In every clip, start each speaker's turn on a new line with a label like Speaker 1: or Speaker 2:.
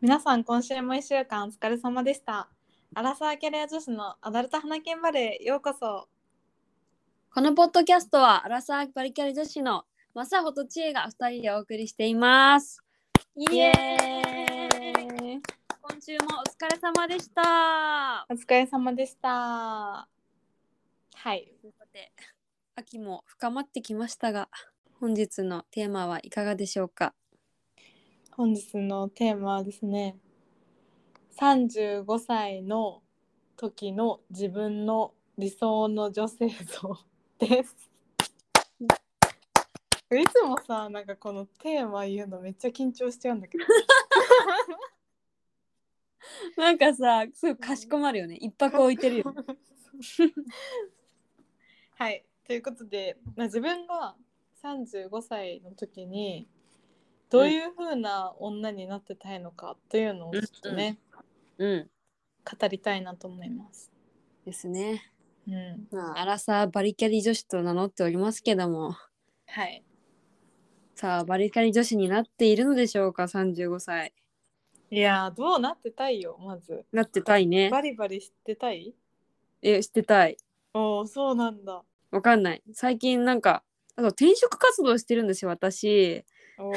Speaker 1: 皆さん今週も1週間お疲れ様でしたアラサーキャリア女子のアダルト花金バレーへようこそ
Speaker 2: このポッドキャストはアラサーバリキャリ女子のマサホとチエが2人でお送りしています。イエーイ
Speaker 1: イ
Speaker 2: 今週もお疲れ様でした
Speaker 1: お疲れ様でしたはい
Speaker 2: さて秋も深まってきましたが本日のテーマはいかがでしょうか
Speaker 1: 本日のテーマはですね35歳の時の自分の理想の女性像ですいつもさなんかこのテーマ言うのめっちゃ緊張しちゃうんだけど
Speaker 2: なんかさすごいかしこまるよね一泊置いてるよ
Speaker 1: はいということで、まあ、自分が35歳の時にどういう風な女になってたいのかというのをちょっとね、
Speaker 2: うん
Speaker 1: 語りたいなと思います。
Speaker 2: ですね
Speaker 1: うん、
Speaker 2: まあアラサーバリキャリ女子と名乗っておりますけども
Speaker 1: はい
Speaker 2: さあバリキャリ女子になっているのでしょうか35歳
Speaker 1: いやーどうなってたいよまず
Speaker 2: なってたいね
Speaker 1: バリバリしてたい
Speaker 2: えしてたい
Speaker 1: おおそうなんだ
Speaker 2: わかんない。最近なんか、あと転職活動してるんですよ、私。
Speaker 1: おー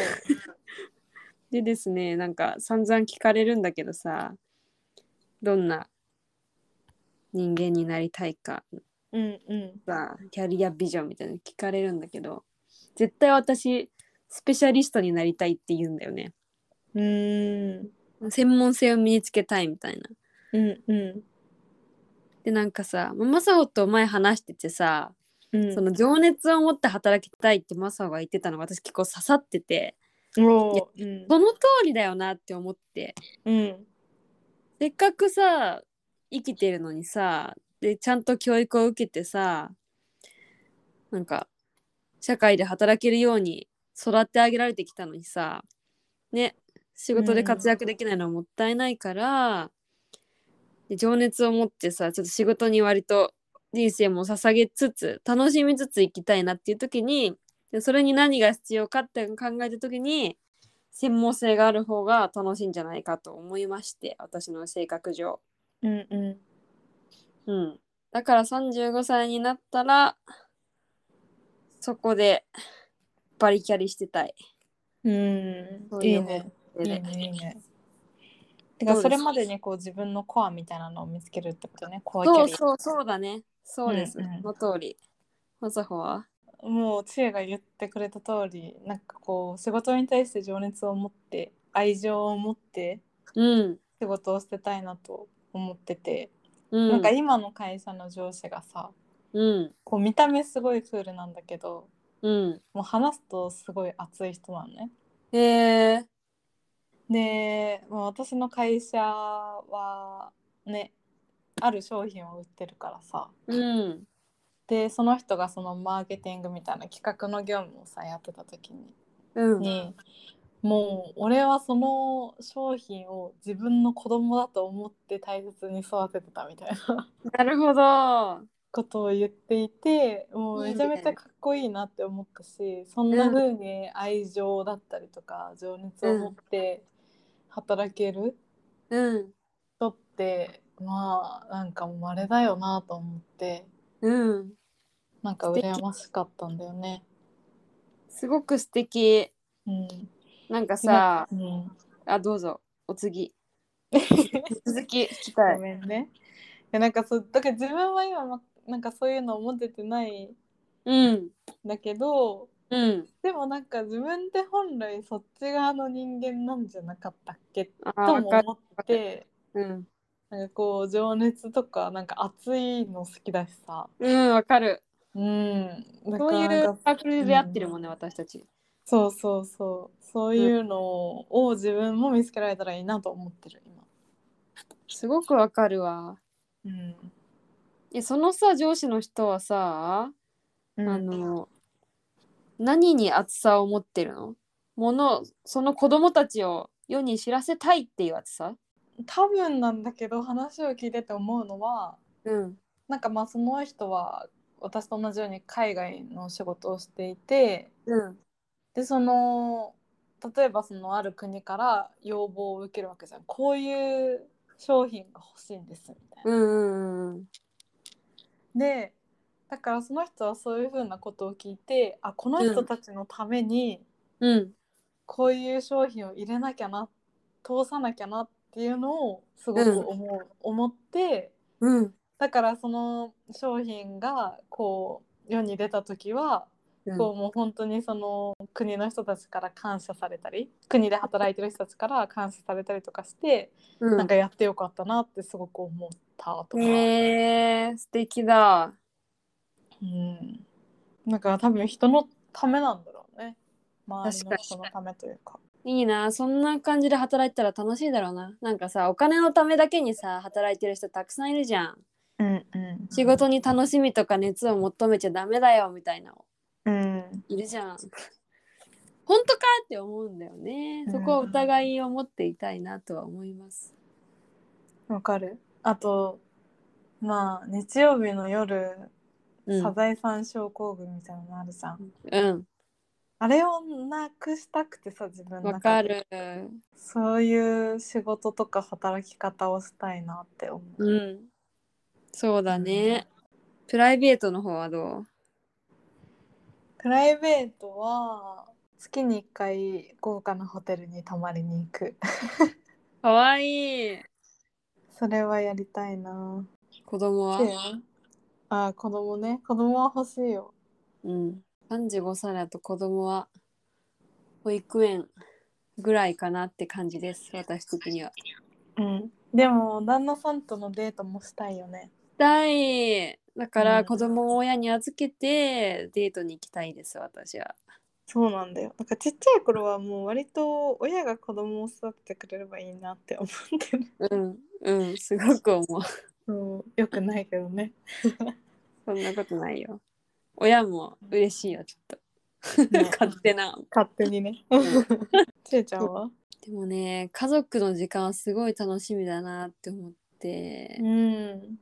Speaker 2: でですね、なんか散々聞かれるんだけどさ、どんな人間になりたいか、
Speaker 1: うんうん
Speaker 2: さキャリアビジョンみたいなの聞かれるんだけど、絶対私、スペシャリストになりたいって言うんだよね。
Speaker 1: うーん
Speaker 2: 専門性を身につけたいみたいな。
Speaker 1: うんうん
Speaker 2: で、なんかさ、まあマサオと前話しててさ、
Speaker 1: うん
Speaker 2: その情熱を持って働きたいってマサオが言ってたのが私結構刺さってて、
Speaker 1: おーうん
Speaker 2: その通りだよなって思って。
Speaker 1: うん
Speaker 2: せっかくさ生きてるのにさでちゃんと教育を受けてさなんか社会で働けるように育ってあげられてきたのにさね仕事で活躍できないのはもったいないから、で情熱を持ってさちょっと仕事に割と人生も捧げつつ楽しみつつ生きたいなっていう時にでそれに何が必要かって考えた時に専門性がある方が楽しいんじゃないかと思いまして私の性格上、
Speaker 1: うんうん
Speaker 2: うん、だから35歳になったらそこでバリキャリしてたい、
Speaker 1: うん
Speaker 2: そう
Speaker 1: い
Speaker 2: い
Speaker 1: いうね。
Speaker 2: 方
Speaker 1: い
Speaker 2: 向
Speaker 1: い
Speaker 2: で
Speaker 1: ね。いいね。てか
Speaker 2: どうで
Speaker 1: それ
Speaker 2: す
Speaker 1: までにこう自分のコアみたいなのを見つけるってことね。コアキャ
Speaker 2: そう
Speaker 1: リア。
Speaker 2: そうそうだねそうです、
Speaker 1: うんうん
Speaker 2: その通りまさほは
Speaker 1: もう知恵が言ってくれた通り、なんかこう仕事に対して情熱を持って愛情を持って
Speaker 2: うん、
Speaker 1: 仕事をしてたいなと思ってて、
Speaker 2: うん、
Speaker 1: なんか今の会社の上司がさ、
Speaker 2: うん
Speaker 1: こう見た目すごいクールなんだけど、
Speaker 2: うん
Speaker 1: もう話すとすごい熱い人なのね。
Speaker 2: へえ
Speaker 1: で、まあ、私の会社はねある商品を売ってるからさ
Speaker 2: うん
Speaker 1: でその人がそのマーケティングみたいな企画の業務をさやってた時に,、
Speaker 2: うん
Speaker 1: にもう俺はその商品を自分の子供だと思って大切に育ててたみたいな
Speaker 2: なるほど
Speaker 1: ことを言っていてもうめちゃめちゃかっこいいなって思ったしそんな風に愛情だったりとか情熱を持って働ける。
Speaker 2: うん
Speaker 1: 人ってまあなんかまれだよなと思って
Speaker 2: うん
Speaker 1: なんか
Speaker 2: 素敵
Speaker 1: 羨ましかったんだよね。
Speaker 2: すごく素敵
Speaker 1: うん、
Speaker 2: なんかさ
Speaker 1: うん、ご
Speaker 2: あどうぞ お次続き聞きたい
Speaker 1: めんね。いやなんかそうだから自分は今まなんかそういうのを持ててないん
Speaker 2: うん
Speaker 1: だけど
Speaker 2: うん
Speaker 1: でもなんか自分って本来そっち側の人間なんじゃなかったっけ
Speaker 2: あ
Speaker 1: と
Speaker 2: ー
Speaker 1: も
Speaker 2: わかる
Speaker 1: 思って
Speaker 2: うん
Speaker 1: なんかこう情熱とかなんか熱いの好きだしさ。
Speaker 2: うんわかる
Speaker 1: うん、だ
Speaker 2: そう
Speaker 1: から
Speaker 2: いう
Speaker 1: なんか
Speaker 2: サークルでやってるもんね、私たち
Speaker 1: そうそうそうそういうのを自分も見つけられたらいいなと思ってる今。
Speaker 2: すごくわかるわ
Speaker 1: うん
Speaker 2: えそのさ上司の人はさ、あの何に熱さを持ってるのものその子供たちを世に知らせたいっていう熱さ
Speaker 1: 多分なんだけど話を聞いてて思うのは
Speaker 2: うん
Speaker 1: なんかまあその人は私と同じように海外の仕事をしていて
Speaker 2: うん
Speaker 1: でその例えばそのある国から要望を受けるわけじゃんこういう商品が欲しいんですみたいな。
Speaker 2: うんうんうん
Speaker 1: でだからその人はそういうふうなことを聞いてあこの人たちのために
Speaker 2: うん
Speaker 1: こういう商品を入れなきゃな通さなきゃなっていうのをすごく思う、思って
Speaker 2: うん
Speaker 1: だからその商品がこう世に出た時は
Speaker 2: うん
Speaker 1: こうもう本当にその国の人たちから感謝されたり国で働いてる人たちから感謝されたりとかして、
Speaker 2: うん
Speaker 1: なんかやってよかったなってすごく思ったとか、
Speaker 2: へえ素敵だ
Speaker 1: うん、なんか多分人のためなんだろうね周りの人のためというか
Speaker 2: いいなそんな感じで働いたら楽しいだろうななんかさお金のためだけにさ働いてる人たくさんいるじゃん
Speaker 1: うんうん
Speaker 2: 仕事に楽しみとか熱を求めちゃダメだよみたいなの
Speaker 1: うん
Speaker 2: いるじゃん本当かって思うんだよねそこはお互いを持っていたいなとは思います
Speaker 1: わかるあとまあ日曜日の夜、
Speaker 2: うん
Speaker 1: サザエさん症候群みたいなのあるじゃん、
Speaker 2: うん
Speaker 1: あれをなくしたくてさ自分の
Speaker 2: わ
Speaker 1: 中
Speaker 2: か
Speaker 1: で
Speaker 2: る
Speaker 1: そういう仕事とか働き方をしたいなって思う、
Speaker 2: うんそうだねプライベートの方はど
Speaker 1: プライベートは月に1回豪華なホテルに泊まりに行く
Speaker 2: うかわいい
Speaker 1: それはやりたいな
Speaker 2: 子供は
Speaker 1: ああ子供ね子供は欲しいよ
Speaker 2: うん、35歳だと子供は保育園ぐらいかなって感じです私的には。
Speaker 1: うんでも旦那さんとのデートもしたいよね
Speaker 2: 第だから
Speaker 1: うん
Speaker 2: 子供を親に預けてデートに行きたいです私は。
Speaker 1: そうなんだよなんかちっちゃい頃はもう割と親が子供を育ててくれればいいなって思ってる
Speaker 2: うんうんすごく思う。
Speaker 1: そうよくないけどね
Speaker 2: そんなことないよ。親も嬉しいよちょっと
Speaker 1: ね
Speaker 2: 勝手な。
Speaker 1: 勝手にね。ちえちゃんは
Speaker 2: でもね家族の時間はすごい楽しみだなって思って。
Speaker 1: ん。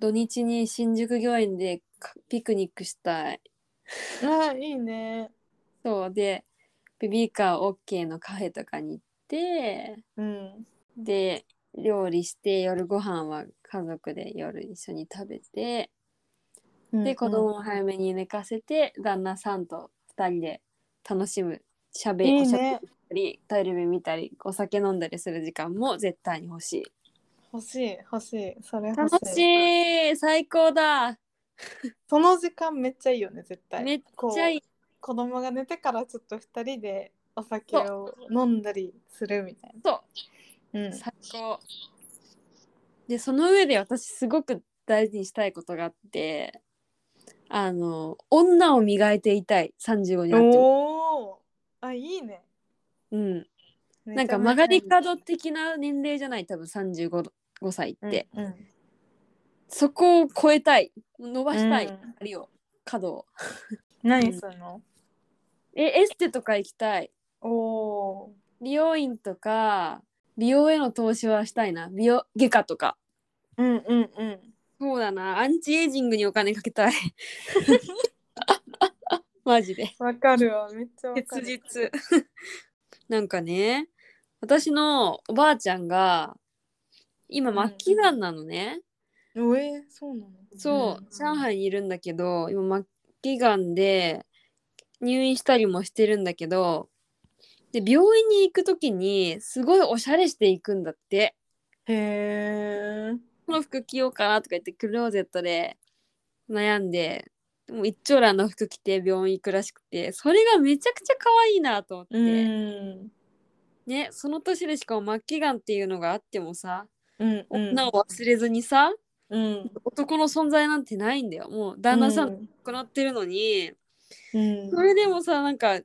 Speaker 2: 土日に新宿御苑でかピクニックしたい。
Speaker 1: あいいね。
Speaker 2: そうでベビーカー OK のカフェとかに行って
Speaker 1: うん。
Speaker 2: で料理して夜ご飯は家族で夜一緒に食べてで子供を早めに寝かせて旦那さんと2人で楽しむしゃべ
Speaker 1: いいね
Speaker 2: おしゃべりしたりテレビ見たりお酒飲んだりする時間も絶対に欲しい
Speaker 1: 欲しい欲しいそれ欲しい
Speaker 2: 楽しい最高だ
Speaker 1: その時間めっちゃいいよね絶対
Speaker 2: めっちゃい
Speaker 1: こ
Speaker 2: いう
Speaker 1: 子供が寝てからちょっと二人でお酒を飲んだりするみたい
Speaker 2: そう
Speaker 1: なうん
Speaker 2: 最高でその上で私すごく大事にしたいことがあってあの女を磨いていたい35になっても、
Speaker 1: おおあいいね
Speaker 2: うん、
Speaker 1: めち
Speaker 2: な
Speaker 1: ゃめちゃい
Speaker 2: んか
Speaker 1: い
Speaker 2: 曲がり角的な年齢じゃない多分35 5歳って、
Speaker 1: うんうん
Speaker 2: そこを超えたい伸ばしたい、
Speaker 1: うん
Speaker 2: あるよ角を
Speaker 1: 何するの
Speaker 2: えエステとか行きたい
Speaker 1: おお
Speaker 2: 美容院とか美容への投資はしたいな美容外科とか
Speaker 1: うんうんうん
Speaker 2: そうだなアンチエイジングにお金かけたい マジで
Speaker 1: わかるわめっちゃわか
Speaker 2: 切
Speaker 1: る
Speaker 2: 実 なんかね私のおばあちゃんが今末期がんなのね、
Speaker 1: おえそうなの
Speaker 2: そう、
Speaker 1: ん
Speaker 2: 上海にいるんだけど今末期がんで入院したりもしてるんだけどで病院に行く時にすごいおしゃれしていくんだって
Speaker 1: へえ
Speaker 2: この服着ようかなとか言ってクローゼットで悩んでもう一長蘭の服着て病院行くらしくてそれがめちゃくちゃ可愛いなと思って、
Speaker 1: うん
Speaker 2: ねその年でしかも末期がんっていうのがあってもさ
Speaker 1: うんうん
Speaker 2: 女を忘れずにさ、
Speaker 1: うん
Speaker 2: 男の存在なんてないんだよもう旦那さん亡くなってるのに、
Speaker 1: うん
Speaker 2: それでもさなんか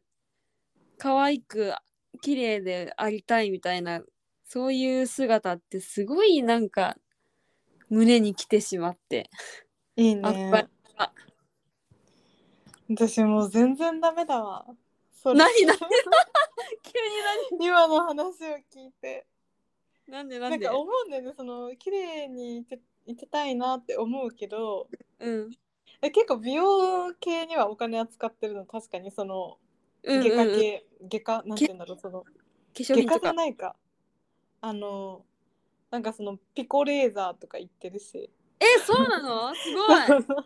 Speaker 2: 可愛く綺麗でありたいみたいなそういう姿ってすごいなんか胸に来てしまって
Speaker 1: いい
Speaker 2: 憧れ
Speaker 1: ね私もう全然ダメだわそれ
Speaker 2: 何何急
Speaker 1: 今の話を聞いて
Speaker 2: になんでな
Speaker 1: なんん
Speaker 2: で
Speaker 1: か思うんだよねその綺麗にいていてたいなって思うけど
Speaker 2: うん
Speaker 1: え結構美容系にはお金は使ってるの確かにその
Speaker 2: うんうん
Speaker 1: 外科
Speaker 2: うん、化
Speaker 1: 系外科なんて言うんだろうその
Speaker 2: 粧
Speaker 1: 外
Speaker 2: 品
Speaker 1: 科
Speaker 2: と
Speaker 1: じゃ
Speaker 2: か
Speaker 1: ないかあのなんかそのピコレーザーとか言ってるし
Speaker 2: えそうなのすごい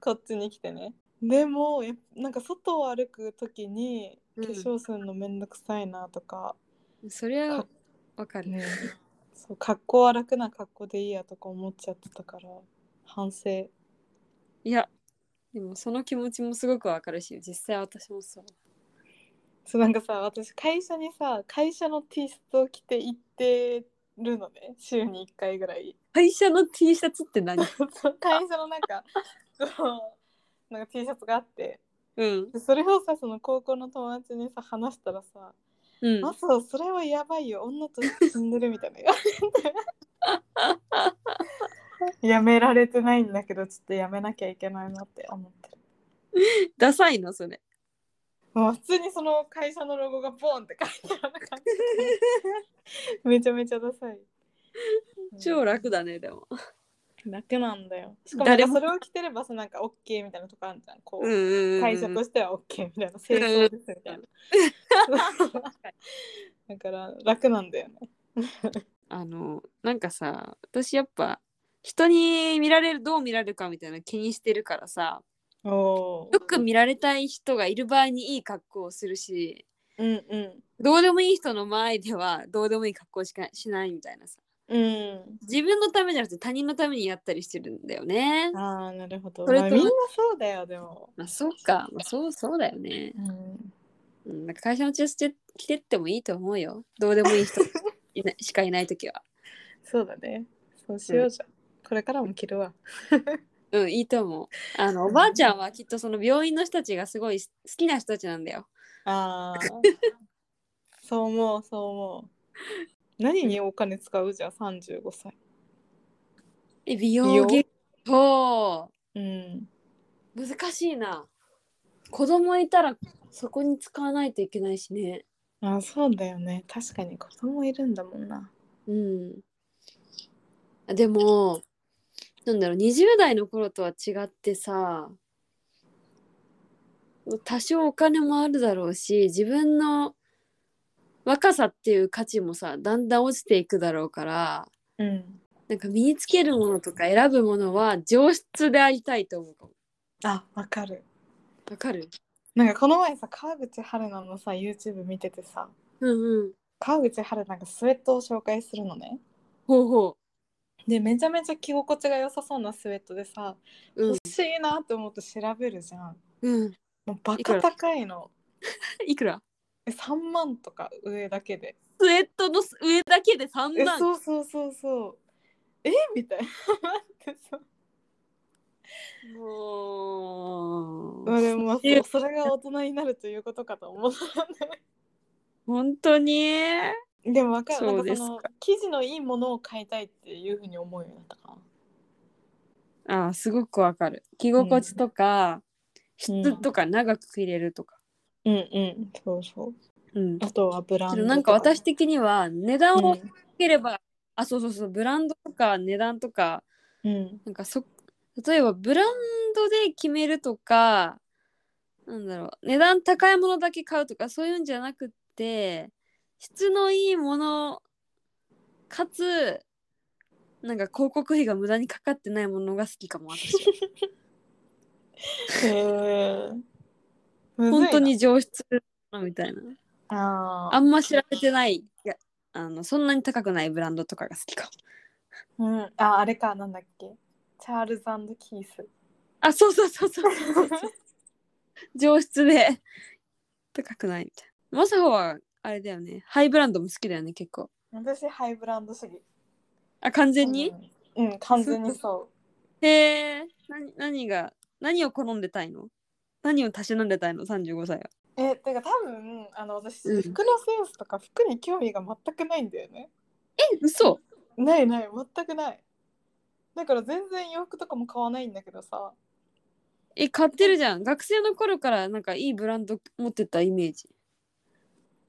Speaker 1: こっちに来てねでもやっぱなんか外を歩く時に化
Speaker 2: うん
Speaker 1: 粧するのめんどくさいなとか、
Speaker 2: そりゃわか
Speaker 1: う
Speaker 2: る
Speaker 1: ん、そう格好は楽な格好でいいやとか思っちゃってたから反省
Speaker 2: いやでもその気持ちもすごくわかるし実際私もそう
Speaker 1: そうなんかさ私会社にさ会社の T シャツを着て行ってるのね週に1回ぐらい
Speaker 2: 会社の T シャツって何
Speaker 1: そう会社のなん かこうなんか T シャツがあって
Speaker 2: うん
Speaker 1: でそれをさその高校の友達にさ話したらさ
Speaker 2: うん
Speaker 1: マサそれはやばいよ女として死んでるみたいな やめられてないんだけどちょっとやめなきゃいけないなって思ってる
Speaker 2: ダサいのそれ
Speaker 1: もう普通にその会社のロゴがボーンって書いてある感じ めちゃめちゃダサい
Speaker 2: 超楽だねで も
Speaker 1: 楽なんだよしかもなん
Speaker 2: 誰
Speaker 1: か
Speaker 2: も
Speaker 1: それを着てればさなんか OK みたいなとこあるじゃんこう、
Speaker 2: ん
Speaker 1: 会社としては OK みたいな清掃ですみたいな だから楽なんだよね
Speaker 2: あのなんかさ私やっぱ人に見られるどう見られるかみたいなの気にしてるからさ
Speaker 1: おー
Speaker 2: よく見られたい人がいる場合にいい格好をするし
Speaker 1: うんうん
Speaker 2: どうでもいい人の前ではどうでもいい格好しかしないみたいなさ
Speaker 1: うん
Speaker 2: 自分のためじゃなくて他人のためにやったりしてるんだよね。
Speaker 1: ああなるほど。
Speaker 2: それ
Speaker 1: まあ、
Speaker 2: と
Speaker 1: みんなそうだよでも。
Speaker 2: まあそうか、まあ、そうそうだよね。
Speaker 1: うん、
Speaker 2: うん、なんか会社のチラシで着てってもいいと思うよ。どうでもいい人いなしかいないときは。
Speaker 1: そうだね。そうしようじゃん。これからも着るわ。
Speaker 2: うん、いいと思う。あの、おばあちゃんはきっとその病院の人たちがすごい好きな人たちなんだよ。
Speaker 1: ああ。 そう思うそう思う。何にお金使うじゃん三十五歳。
Speaker 2: え、美
Speaker 1: 美容
Speaker 2: 容外科
Speaker 1: うん。
Speaker 2: 難しいな。子供いたらそこに使わないといけないしね。
Speaker 1: あーそうだよね。確かに子供いるんだもんな。
Speaker 2: うん。あでも、なんだろう、20代の頃とは違ってさ、多少お金もあるだろうし、自分の若さっていう価値もさ、だんだん落ちていくだろうから、
Speaker 1: うん。
Speaker 2: なんか身につけるものとか選ぶものは上質でありたいと思うかも。
Speaker 1: あわかる。
Speaker 2: わかる
Speaker 1: なんかこの前さ川口春奈のさ YouTube 見ててさ
Speaker 2: うんうん。
Speaker 1: 川口春奈がスウェットを紹介するのね。
Speaker 2: ほうほ
Speaker 1: でめちゃめちゃ着心地が良さそうなスウェットでさ、
Speaker 2: うん
Speaker 1: 欲しいなと思って調べるじゃん
Speaker 2: う。うん。
Speaker 1: もうバ
Speaker 2: いく
Speaker 1: カ
Speaker 2: ら
Speaker 1: 高いの
Speaker 2: いくら
Speaker 1: え3万とか上だけで
Speaker 2: スウェットの上だけで3
Speaker 1: え
Speaker 2: 万。
Speaker 1: そうそうそうそうえみたいな ってさ
Speaker 2: もう
Speaker 1: まあでもまあ
Speaker 2: え
Speaker 1: そうそれが大人になるということかと思ったね
Speaker 2: 本当に
Speaker 1: でも分かるなん
Speaker 2: そう
Speaker 1: か
Speaker 2: です
Speaker 1: そ
Speaker 2: か
Speaker 1: の生地のいいものを買いたいっていうふうに思うようになったかな
Speaker 2: ああすごくわかる着心地とか、
Speaker 1: うん
Speaker 2: 質とか長く着れるとか、
Speaker 1: うんうんそうそう
Speaker 2: うん
Speaker 1: あとはブランドと
Speaker 2: なんか私的には値段
Speaker 1: う
Speaker 2: を
Speaker 1: ん
Speaker 2: つければ、あそうそうそうブランドとか値段とか
Speaker 1: うん
Speaker 2: なんかそ例えばブランドで決めるとかなんだろう値段高いものだけ買うとかそういうんじゃなくって質のいいものかつなんか広告費が無駄にかかってないものが好きかも私は
Speaker 1: へえ
Speaker 2: 本当に上質なみたいな
Speaker 1: あー
Speaker 2: あんま知られてないいやあのそんなに高くないブランドとかが好きかも
Speaker 1: うん、あ、あれか、なんだっけ。チャールズキース。
Speaker 2: あそうそうそうそうそうそう上質で高くないみたいなマサホはあれだよねハイブランドも好きだよね結構
Speaker 1: 私、ハイブランド主義。
Speaker 2: あ完全に、
Speaker 1: うん、完全にそ
Speaker 2: へえ何何が何を好んでたいの何をたしなんでたいの35歳は
Speaker 1: う。え、てか多分、あの、私、
Speaker 2: うん
Speaker 1: 服のセンスとか服に興味が全くないんだよね。
Speaker 2: え嘘
Speaker 1: ないない、全くない。だから全然洋服とかも買わないんだけどさ。
Speaker 2: え買ってるじゃん学生の頃からなんかいいブランド持ってたイメージ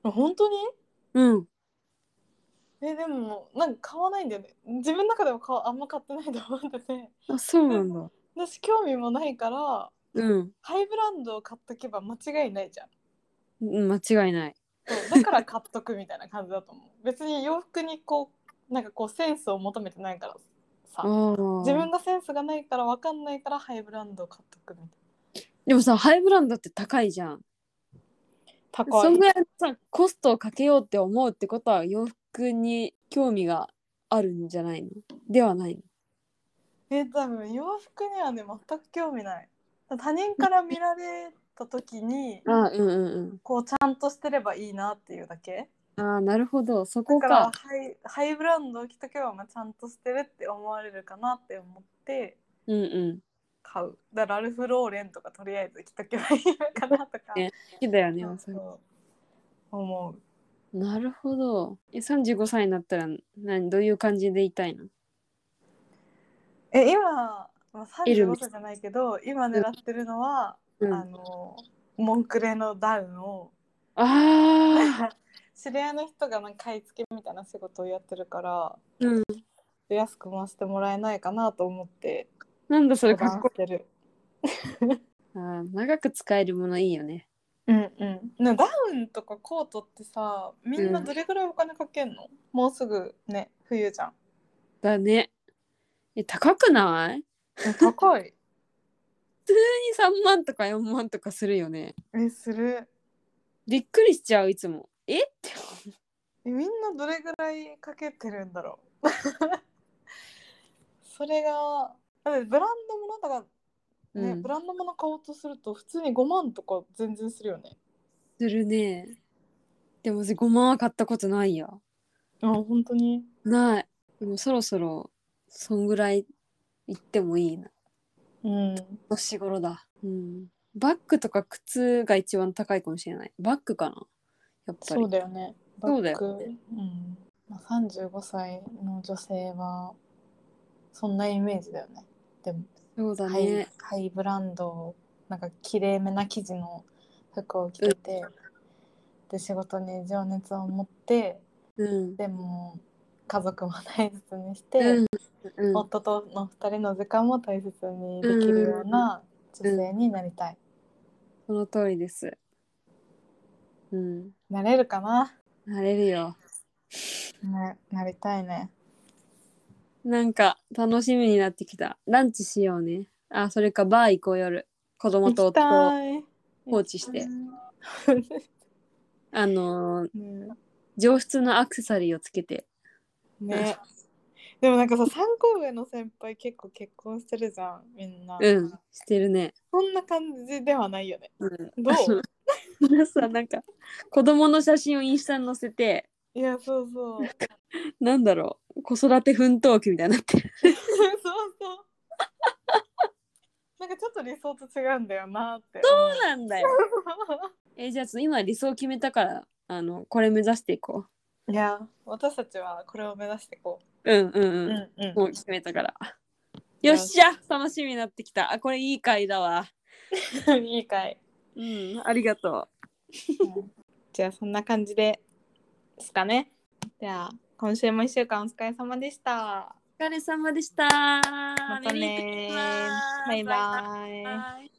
Speaker 1: 本当に
Speaker 2: うん
Speaker 1: え、でも、なんか買わないんだよね。自分の中でも買わあんま買ってないと思ってて。
Speaker 2: あそうなんだ
Speaker 1: 私、興味もないから、
Speaker 2: うん
Speaker 1: ハイブランドを買っとけば間違いないじゃん。
Speaker 2: うん間違いない。
Speaker 1: そうだから買っとくみたいな感じだと思う別に洋服にこうなんかこうセンスを求めてないからさ自
Speaker 2: 自
Speaker 1: 分がセンスがないから分かんないからハイブランドを買っとくみたいな
Speaker 2: でもさハイブランドって高いじゃん。
Speaker 1: 高い
Speaker 2: そんぐらいのさコストをかけようって思うってことは洋服に興味があるんじゃないのではないの
Speaker 1: え多分洋服にはね全く興味ない他人から見られた時に
Speaker 2: あうんうん
Speaker 1: こうちゃんとしてればいいなっていうだけ
Speaker 2: うん。ああなるほどそ
Speaker 1: だ
Speaker 2: こ
Speaker 1: から
Speaker 2: か
Speaker 1: ハ。イハイブランドを着とけばまあちゃんとしてるって思われるかなって思って
Speaker 2: うんうん。
Speaker 1: 買うだからラルフ・ローレンとかとりあえず着とけばいいのかなとか、
Speaker 2: ね好きだよね。
Speaker 1: そう
Speaker 2: それ
Speaker 1: そう思う
Speaker 2: なるほど。え35歳になったら何どういう感じでいたいの
Speaker 1: え今、まあ、
Speaker 2: エルメ
Speaker 1: 35
Speaker 2: ス
Speaker 1: 歳じゃないけど今狙ってるのは、
Speaker 2: うん
Speaker 1: あのモンクレのダウンを
Speaker 2: ああ。
Speaker 1: 知り合いの人がなんか買い付けみたいな仕事をやってるから
Speaker 2: うん。
Speaker 1: 安く回してもらえないかなと思って
Speaker 2: なんだそれ
Speaker 1: 相
Speaker 2: か
Speaker 1: 談
Speaker 2: っこ
Speaker 1: してる。
Speaker 2: いい。あー長く使えるものいいよね。
Speaker 1: うんうん、ねダウンとかコートってさみんなどれぐらいお金かけんの、もうすぐね冬じゃん。
Speaker 2: だね。え高くない
Speaker 1: え高い
Speaker 2: 普通に3万とか4万とかするよね。
Speaker 1: えする
Speaker 2: びっくりしちゃういつも。えって
Speaker 1: えみんなどれぐらいかけてるんだろう それがだってブランドものだから、ね
Speaker 2: うん
Speaker 1: ブランドもの買おうとすると普通に5万とか全然するよね
Speaker 2: するね。でも5万は買ったことないや。
Speaker 1: あ本当に
Speaker 2: ない。でもそろそろそんぐらい行ってもいいな。
Speaker 1: うん
Speaker 2: 年頃だ。うん。バッグとか靴が一番高いかもしれない。バッグかなやっぱり。
Speaker 1: そうだよねバ
Speaker 2: そう
Speaker 1: ッ
Speaker 2: だよ
Speaker 1: グうんまあ、35歳の女性はそんなイメージだよねでも
Speaker 2: そうだ
Speaker 1: ハ
Speaker 2: ね。
Speaker 1: イハイブランドなんか綺麗めな生地の服を着てて、で仕事に情熱を持って
Speaker 2: うん。
Speaker 1: でも家族も大切にして、
Speaker 2: うんうん、
Speaker 1: 夫との2人の時間も大切にできるような女性になりたい、
Speaker 2: その通りです。うん。
Speaker 1: なれるかな、
Speaker 2: なれるよ。
Speaker 1: ね、なりたいね
Speaker 2: なんか楽しみになってきた。ランチしようね。あ、それかバー行こう夜。子供と
Speaker 1: 行き
Speaker 2: 夫を
Speaker 1: たい
Speaker 2: 放置して。
Speaker 1: 行きたい
Speaker 2: あのー
Speaker 1: ね
Speaker 2: 上質なアクセサリーをつけて。
Speaker 1: ねでもなんかさ3個上の先輩結構結婚してるじゃんみんな、
Speaker 2: うん。してるね。
Speaker 1: そんな感じではないよね
Speaker 2: うん。
Speaker 1: ど う
Speaker 2: 皆さんなんか子供の写真をインスタに載せて、
Speaker 1: いやそうそう そう
Speaker 2: なんだろう。子育て奮闘記みたいになってる。
Speaker 1: そうなんかちょっと理想と違うんだよなって思う
Speaker 2: そうなんだよ。え、じゃあちょっと今理想決めたから、あの、これ目指していこ
Speaker 1: いや私たちはこれを目指してこ
Speaker 2: う。うんうん
Speaker 1: う、
Speaker 2: うん
Speaker 1: うんうん、
Speaker 2: もう決めたから。よっしゃ楽しみになってきた。あ、これいい回だわ。
Speaker 1: いいかい、
Speaker 2: うん、ありがと
Speaker 1: じゃあそんな感じでですかねじゃあ今週も1週間お疲れ様でした
Speaker 2: う。お疲れ様でした。
Speaker 1: ま
Speaker 2: ま
Speaker 1: たねバイバイ
Speaker 2: イ。